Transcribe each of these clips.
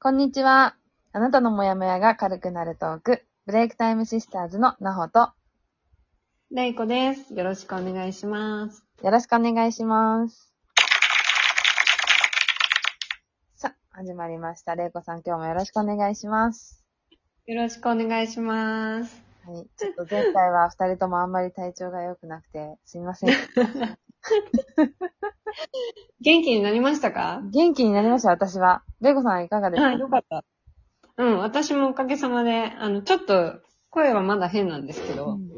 こんにちは。あなたのモヤモヤが軽くなるトーク、ブレイクタイムシスターズのなほと、れいこです。よろしくお願いします。よろしくお願いします。さあ、始まりました。れいこさん、今日もよろしくお願いします。よろしくお願いします。はい。ちょっと前回は二人ともあんまり体調が良くなくて、すいません。元気になりましたか元気になりました、私は。れいこさんはいかがですか、はい、よかった。うん、私もおかげさまで、あの、ちょっと、声はまだ変なんですけど、うん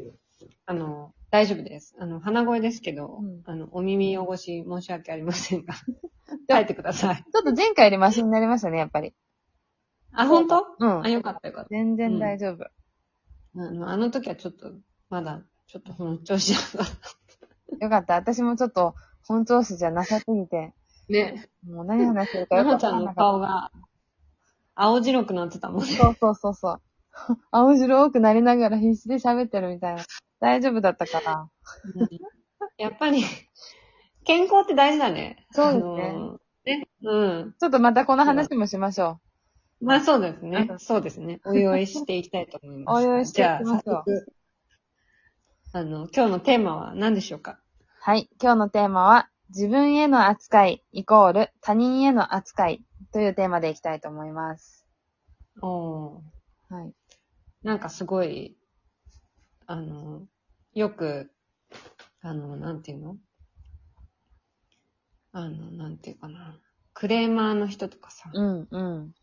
あの、大丈夫です。あの、鼻声ですけど、うんあの、お耳汚し申し訳ありませ んが、耐えてください。ちょっと前回よりマシになりましたね、やっぱり。あ、本当？うんあ、。よかったよかっ全然大丈夫。た。あの、あの時はちょっと、まだ、ちょっとこの調子だった。よかった。私もちょっと本調子じゃなさすぎて、ね、もう何話してるかなよくほわちゃかんんのなかっ顔が、青白くなってたもんた。ね。そうそうそうそう。 青白くなりながら必死で喋ってるみたいな。大丈夫だったから。やっぱり、健康って大事だね。そうですねあのね。うん。ちょっとまたこの話もしましょまあそうですねう。んそうですね。おいおいしていきたいと思います。 おいおいしていきましょうじゃあ、早速。あの、今日のテーマは何でしょうかう。はい。今日のテーマは、自分への扱いイコール他人への扱いというテーマでいきたいと思います。おーはい。なんかすごい、あの、よく、あの、なんていうのあの、なんていうかな。クレーマーの人とかさ、うん、うん。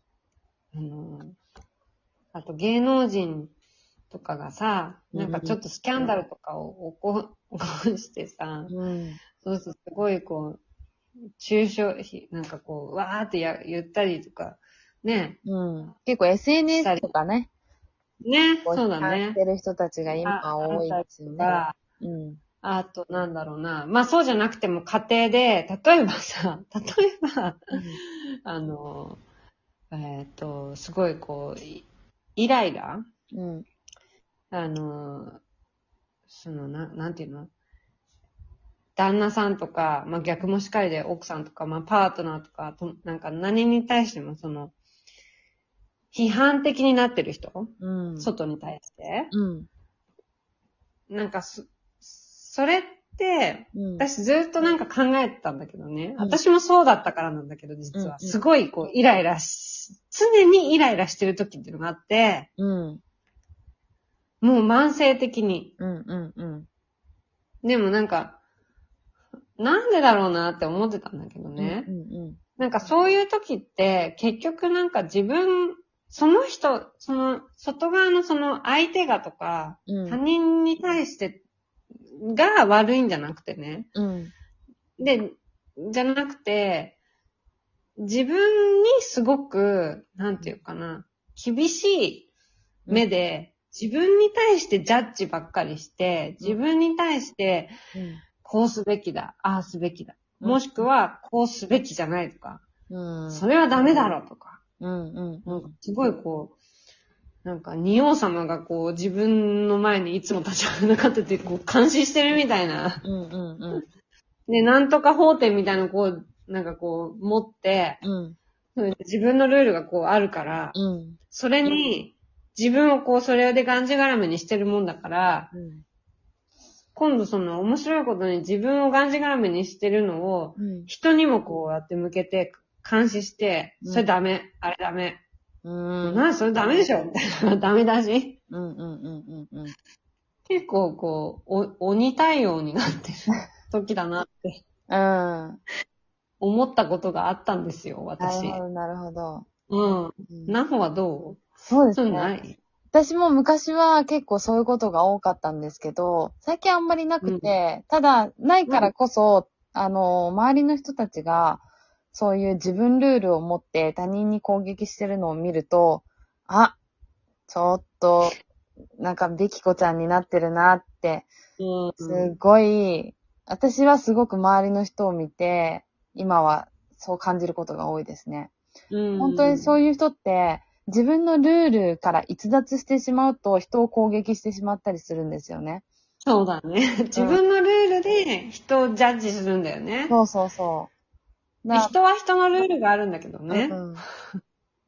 あの、あと芸能人とかがさ、なんかちょっとスキャンダルとかを起こ起こしてさ、うん。そうするとすごいこう、中傷、ひなんかこう、わーってや言ったりとか、ね、うん。結構 SNS とかね。ね、こうそうだ批判しね。てる人たちが今多いですよね。がうん。あと、なんだろうな。まあ、そうじゃなくても家庭で、例えばさ、例えば、あの、えっ、と、すごいこう、いイライラうん。あの、その、ななんていうの旦那さんとか、まあ、逆もしっかりで奥さんとか、まあ、パートナーとか、となんか何に対しても、その、批判的になってる人、うん。外に対して。うん。なんかそ、それって、うん。私ずっとなんか考えてたんだけどね。うん私もそうだったからなんだけど、実うんうんは。すごいこう、イライラし、常にイライラしてる時っていうのがあって、うん。もう慢性的に。うん。うん。うん。でもなんか、なんでだろうなって思ってたんだけどね。うん。うん。なんかそういう時って、結局なんか自分、その人、その、外側のその相手がとか、うん。他人に対してが悪いんじゃなくてね。うん。で、じゃなくて、自分にすごく、なんていうかな、厳しい目で、自分に対してジャッジばっかりして、自分に対して、こうすべきだ、ああすべきだ。うんもしくは、こうすべきじゃないとか、うん。それはダメだろうとか、うん。うん。なんかすごいこう、なんか、仁王様がこう、自分の前にいつも立ち上がらなかったって、こう、監視してるみたいな。うん。うん。うん。で、なんとか法典みたいなのをこう、なんかこう、持って、うん。自分のルールがこうあるから、うん。それに、自分をこう、それでがんじがらめにしてるもんだから、今度その面白いことに自分をがんじがらめにしてるのを、うん。人にもこうやって向けて、監視して、うんそれダメ、あれダメ、うん。なにそれダメでしょみ たいな、ダメだし。うん。うん。うん。うん。結構こう、お鬼対応にな ってる時だなってうん。思ったことがあったんですよ、なる私ほ。ど、なるほど。うん。うんナホはどそううでそうすいうのなね。い私も昔は結構そういうことが多かったんですけど、最近あんまりなくて、ただ、ないからこそ、あの、周りの人たちが、そういう自分ルールを持って他人に攻撃してるのを見ると、あ、ちょっと、なんか、べきこちゃんになってるなって、うん。すごい、私はすごく周りの人を見て、今はそう感じることが多いですね。うん本当にそういう人って、自分のルールから逸脱してしまうと人を攻撃してしまったりするんですよね。そうだね。自分のルールで人をジャッジするんだよね。そうそうそう。で人は人のルールがあるんだけどね。う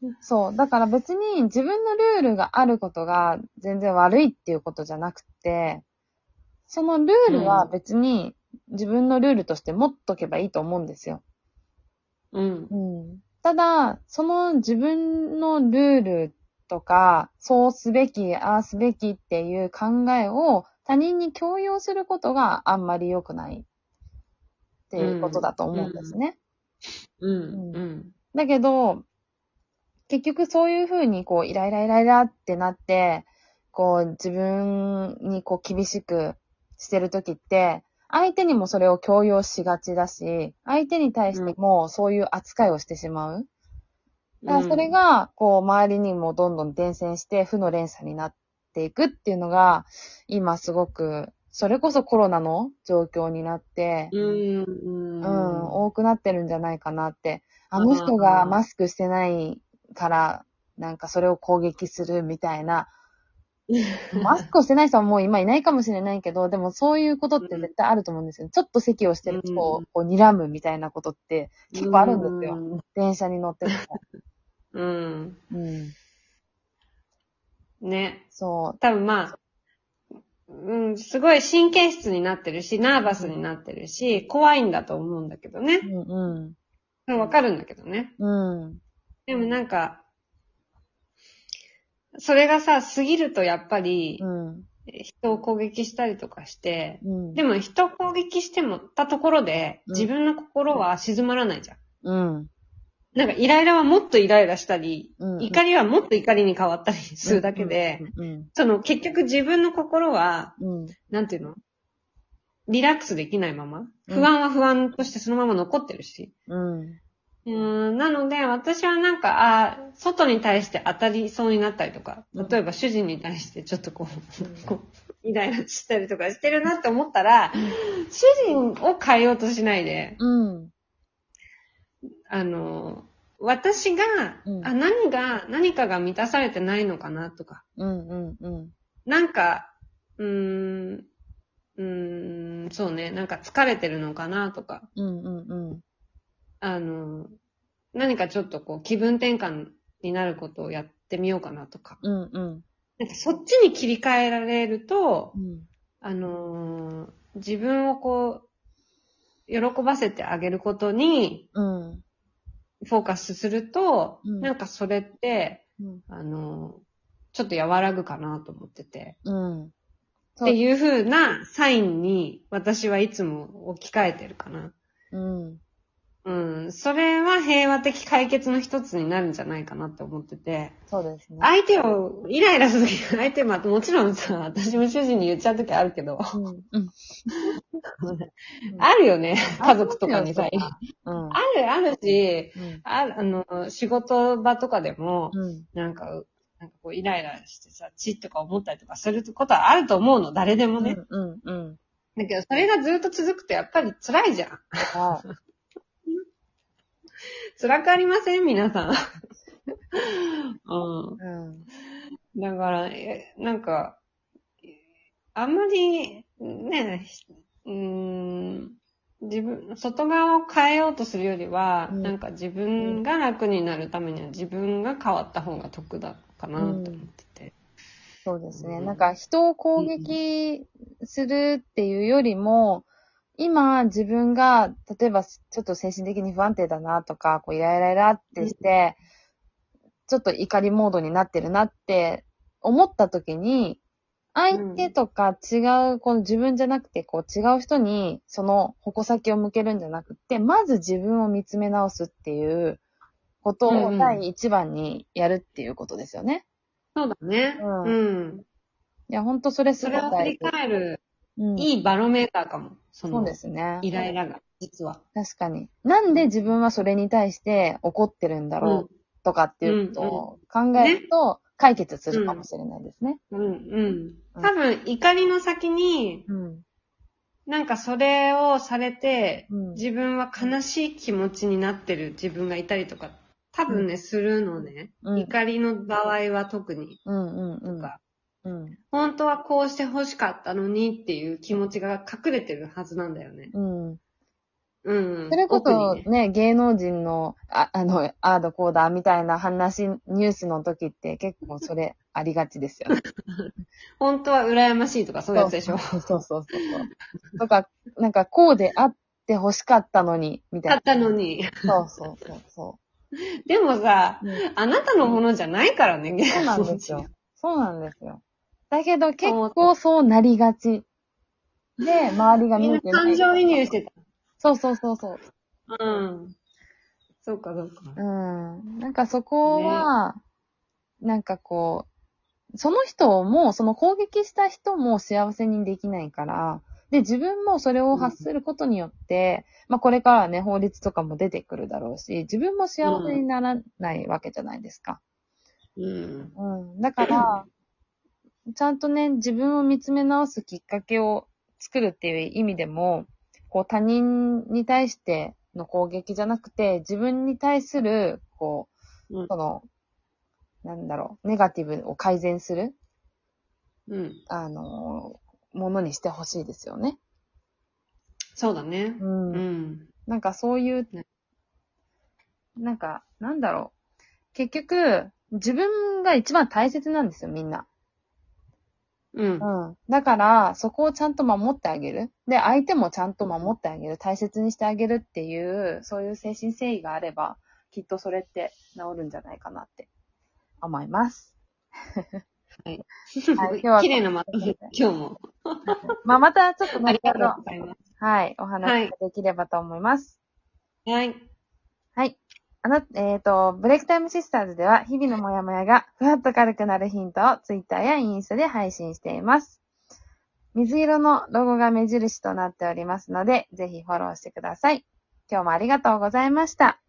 んそう。だから別に自分のルールがあることが全然悪いっていうことじゃなくて、そのルールは別に自分のルールとして持っとけばいいと思うんですよ。うん。うん。ただ、その自分のルールとか、そうすべき、ああすべきっていう考えを他人に強要することがあんまり良くないっていうことだと思うんですね。うん。うん。だけど、結局そういうふうにこう、イライライライラってなって、こう、自分にこう、厳しくしてるときって、相手にもそれを強要しがちだし、相手に対してもそういう扱いをしてしまう。だからそれ、が、こう、周りにもどんどん伝染して、負の連鎖になっていくっていうのが、今すごく、それこそコロナの状況になって、うん。うん。うん、多くなってるんじゃないかなって。あの人がマスクしてないから、なんかそれを攻撃するみたい な。マスクをしてない人はもう今いないかもしれないけど、でもそういうことって絶対あると思うんですよ。ちょっと席をしてる人をこう睨むみたいなことって結構あるんですよ。よ。電車に乗ってても。うん。うん。ね。そう。多分まあ、うん、すごい神経質になってるし、ナーバスになってるし、怖いんだと思うんだけどね。うんわかるんだけどね。うん。うん。でもなんか、それがさ、過ぎるとやっぱりう、ん。人を攻撃したりとかして、うん。でも人を攻撃してもたところで、うん自分の心は静まらないじゃん。うん。なんかイライラはもっとイライラしたり、うん。怒りはもっと怒りに変わったりするだけで、うん。その結局自分の心は、うん。なんていうのリラックスできないままうん不安は不安としてそのまま残ってるし。うん。うーん、なので私はなんか、あー外に対して当たりそうになったりとか、うん例えば主人に対してちょっとこう、こうイライラしたりとかしてるなって思ったら、主人を変えようとしないで、うん。あの、私が、うんあ何が、何かが満たされてないのかなとか、うん。うん。なんか、うーん、うーん、そうね、なんか疲れてるのかなとか、うん。うん。あの、何かちょっとこう気分転換になることをやってみようかなとか、うん。うん。なんかそっちに切り替えられるとう、ん。あのー自分をこう、喜ばせてあげることにうん。フォーカスすると、うんなんかそれって、うんあの、ちょっと和らぐかなと思ってて。うん。っそうていう風なサインに私はいつも置き換えてるかな。うん。うん。それは平和的解決の一つになるんじゃないかなって思ってて。そうですね。相手をイライラする とき、相手も、もちろんさ、私も主人に言っちゃうときあるけど、うん。うん。あるよね。家族とかにさ。あありますうん。る、あるし、うん。ある、あの、仕事場とかでも、うん。なんか、うなんかこうイライラしてさ、チッとか思ったりとかすることはあると思うの、誰でもね。うん。うん。だけど、それがずっと続くとやっぱり辛いじゃん。はい。辛くありません皆さん。 ううん。ん。だから、えなんか、あんまり、ね、ひうーん、自分、外側を変えようとするよりは、うんなんか自分が楽になるためには自分が変わった方が得だかなと思ってて。そうですね。うんなんか人を攻撃するっていうよりも、今自分が、例えばちょっと精神的に不安定だなとか、こうイライライラってして、ちょっと怒りモードになってるなって思った時に、相手とか違う、この自分じゃなくて、こう違う人に、その矛先を向けるんじゃなくて、まず自分を見つめ直すっていうことうんうをん第一番にやるっていうことですよね。そうだね。うんうんいや、ほんとそれすそごいれを振大り事。返る、うんいいバロメーターかも。そそうので、すね。イライラが、実は。確かに。なんで自分はそれに対して怒ってるんだろうとかっていうことを考えると解決するかもしれないですね。うん、うん。多分、怒りの先に、うん。なんかそれをされて、うん。自分は悲しい気持ちになってる自分がいたりとか、多分ね、するのね。うん怒りの場合は特に。うんうんうとん。か、うん。本当はこうして欲しかったのにっていう気持ちが隠れてるはずなんだよね。うん。うん。それこ特そにねね、芸能人の、あ あの、あーだこうだみたいな話、ニュースの時って結構それありがちですよね。本当は羨ましいと かそういうやつでしょ。そうそうそうそう。とか、なんかこうであって欲しかったのに、みたいな。買ったのに。そうそうそうそでもさ、う。あなたのものじゃないからね、芸そうな能んです人よ。。そうなんですよ。だけど結構そうなりがち。で、周りがみ見んえなてない。感情移入してた。そうそうそうそう。うん。そうか、そうか。うん。なんかそこは、なんかこう、その人も、その攻撃した人も幸せにできないから、で、自分もそれを発することによって、まあこれからはね、法律とかも出てくるだろうし、自分も幸せにならないわけじゃないですか。うん。うん。だから、ちゃんとね、自分を見つめ直すきっかけを作るっていう意味でも、こう他人に対しての攻撃じゃなくて、自分に対する、こうう、んその、なんだろう、ネガティブを改善する、うん。あのーものにしてほしいですよね。そうだね。うんうん。なんかそういうね、なんか、なんだろう。結局、自分が一番大切なんですよ、みんな。うん。うん。だから、そこをちゃんと守ってあげる。で、相手もちゃんと守ってあげる。大切にしてあげるっていう、そういう精神誠意があれば、きっとそれって治るんじゃないかなって思います。はい今日は綺麗なまとめ、今日も。まあ、またちょっとあねり、がとうございまはい、お話ができればと思います。す。はい。はい。あの、えっ、と、ブレイクタイムシスターズでは、日々のモヤモヤがふわっと軽くなるヒントをツイッターやインスタで配信しています。水色のロゴが目印となっておりますので、ぜひフォローしてください。今日もありがとうございました。